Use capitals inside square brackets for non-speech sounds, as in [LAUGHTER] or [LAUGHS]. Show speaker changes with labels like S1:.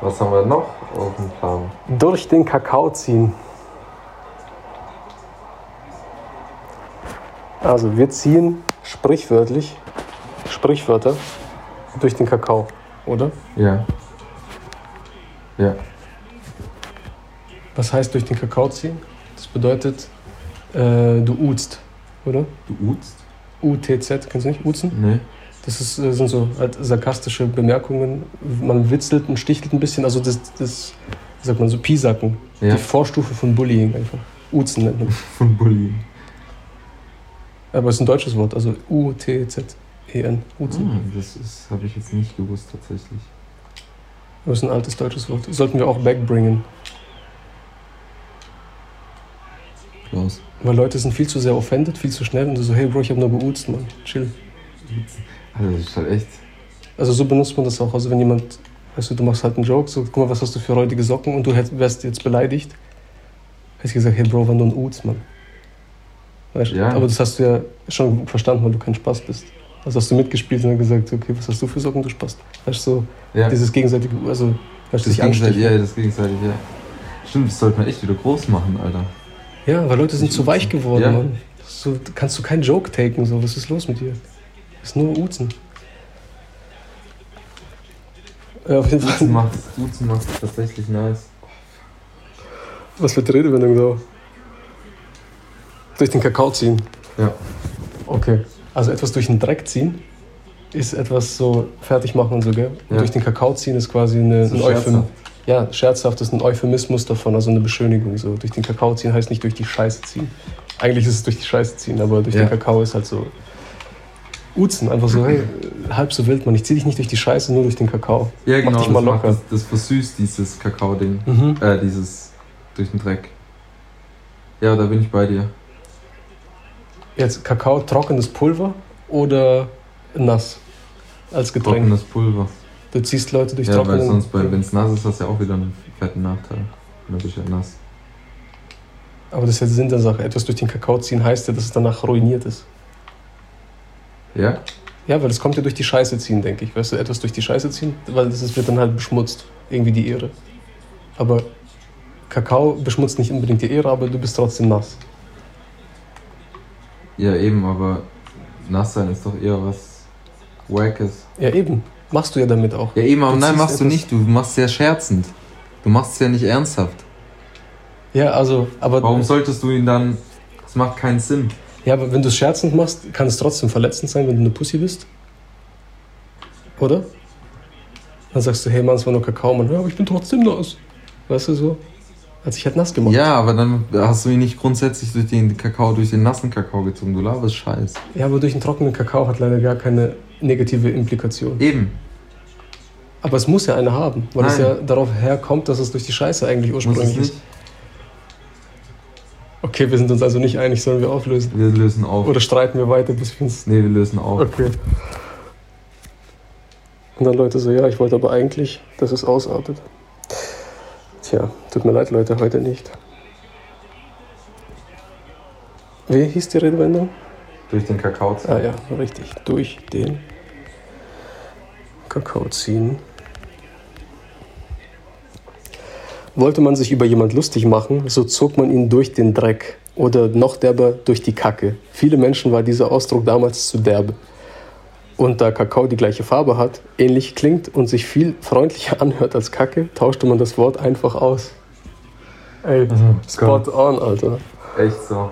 S1: Was haben wir noch auf dem Plan?
S2: Durch den Kakao ziehen. Also wir ziehen sprichwörtlich Sprichwörter durch den Kakao, oder?
S1: Ja. Ja.
S2: Was heißt durch den Kakao ziehen? Das bedeutet, äh, du uzt, oder?
S1: Du uzt?
S2: UTZ, kennst du nicht? Uzen?
S1: Nee.
S2: Das ist, äh, sind so halt sarkastische Bemerkungen. Man witzelt und stichelt ein bisschen. Also das, das wie sagt man so, Piesacken.
S1: Ja.
S2: Die Vorstufe von Bullying einfach. Uzen nennt man.
S1: Von Bullying.
S2: Aber es ist ein deutsches Wort, also U-T-Z-E-N. Uzen.
S1: Hm, das ist- habe ich jetzt nicht gewusst tatsächlich.
S2: Das ist ein altes deutsches Wort. Das sollten wir auch backbringen.
S1: Raus.
S2: Weil Leute sind viel zu sehr offended, viel zu schnell und so, hey Bro, ich habe nur geuzt, Mann. Chill.
S1: Also das ist halt echt.
S2: Also so benutzt man das auch. Also wenn jemand, weißt du, du machst halt einen Joke, so, guck mal, was hast du für räudige Socken und du hätt, wärst jetzt beleidigt, hättest gesagt, hey Bro, wann du ein Uts, Mann. Weißt du?
S1: Ja.
S2: Aber das hast du ja schon verstanden, weil du kein Spaß bist. Also hast du mitgespielt und dann gesagt, okay, was hast du für Socken, du Spaß. Weißt du, so
S1: Ja.
S2: dieses gegenseitige, also, weißt du,
S1: das
S2: sich
S1: gegenseitig,
S2: anstechen.
S1: ja, das gegenseitig, ja. Stimmt, das sollte man echt wieder groß machen, Alter.
S2: Ja, weil Leute sind zu weich geworden,
S1: Ja.
S2: Mann. So kannst du keinen Joke taken, so, was ist los mit dir? Ist nur Uzen. Ja, auf jeden
S1: Uzen
S2: Fall. [LAUGHS]
S1: macht, Uzen macht tatsächlich nice.
S2: Was für eine Redewendung da? Durch den Kakao ziehen.
S1: Ja.
S2: Okay. Also etwas durch den Dreck ziehen ist etwas so fertig machen und so, gell? Und
S1: Ja.
S2: durch den Kakao ziehen ist quasi eine,
S1: Das ist
S2: ein
S1: scherzhaft.
S2: Euphemismus. Ja, scherzhaft ist ein Euphemismus davon, also eine Beschönigung. So. Durch den Kakao ziehen heißt nicht durch die Scheiße ziehen. Eigentlich ist es durch die Scheiße ziehen, aber durch
S1: Ja.
S2: den Kakao ist halt so. Uzen, einfach so, hey, halb so wild, Mann. Ich zieh dich nicht durch die Scheiße, nur durch den Kakao.
S1: Ja,
S2: Mach
S1: genau.
S2: dich mal
S1: das, macht
S2: locker.
S1: das, das versüßt dieses Kakao-Ding.
S2: Mhm.
S1: Äh, dieses durch den Dreck. Ja, da bin ich bei dir.
S2: Jetzt Kakao, trockenes Pulver oder nass als Getränk?
S1: Trockenes Pulver.
S2: Du ziehst Leute durch
S1: ja, weil
S2: trockenen
S1: sonst, bei, wenn es nass ist, hast du ja auch wieder einen fetten Nachteil. Dann bist du ja nass.
S2: Aber das ist ja der Sinn der Sache. Etwas durch den Kakao ziehen heißt ja, dass es danach ruiniert ist.
S1: Ja?
S2: Ja, weil das kommt ja durch die Scheiße ziehen, denke ich. Weißt du, etwas durch die Scheiße ziehen, weil das ist, wird dann halt beschmutzt. Irgendwie die Ehre. Aber Kakao beschmutzt nicht unbedingt die Ehre, aber du bist trotzdem nass.
S1: Ja, eben, aber nass sein ist doch eher was Wackes.
S2: Ja, eben. Machst du ja damit auch.
S1: Ja, eben, aber
S2: Du
S1: nein,
S2: ziehst
S1: machst du
S2: etwas-
S1: nicht. Du machst es ja scherzend. Du machst es ja nicht ernsthaft.
S2: Ja, also, aber,
S1: Warum solltest du ihn dann. Das macht keinen Sinn.
S2: ja, aber wenn du es scherzend machst, kann es trotzdem verletzend sein, wenn du eine Pussy bist. Oder? Dann sagst du, hey Mann, es war nur Kakao, Mann. Ja, aber ich bin trotzdem nass. Weißt du so? Hat sich halt nass gemacht.
S1: Ja, aber dann hast du ihn nicht grundsätzlich durch den Kakao, durch den nassen Kakao gezogen. Du laberst Scheiß.
S2: Ja, aber durch den trockenen Kakao hat leider gar keine negative Implikation.
S1: Eben.
S2: Aber es muss ja eine haben, weil es
S1: Nein.
S2: ja darauf herkommt, dass es durch die Scheiße eigentlich
S1: Muss es
S2: ursprünglich ist.
S1: nicht.
S2: Okay, wir sind uns also nicht einig, sollen wir auflösen?
S1: Wir lösen auf.
S2: Oder streiten wir weiter, bis wir uns...
S1: nee, wir lösen auf.
S2: Okay. Und dann Leute so, ja, ich wollte aber eigentlich, dass es ausartet. Tja, tut mir leid, Leute, heute nicht. Wie hieß die Redewendung?
S1: Durch den Kakao ziehen.
S2: Ah ja, richtig. Durch den Kakao ziehen. Wollte man sich über jemand lustig machen, so zog man ihn durch den Dreck oder noch derber durch die Kacke. Viele Menschen war dieser Ausdruck damals zu derbe. Und da Kakao die gleiche Farbe hat, ähnlich klingt und sich viel freundlicher [LAUGHS] anhört als Kacke, tauschte man das Wort einfach aus. Ey,
S1: Mhm,
S2: spot on, Alter.
S1: Echt so.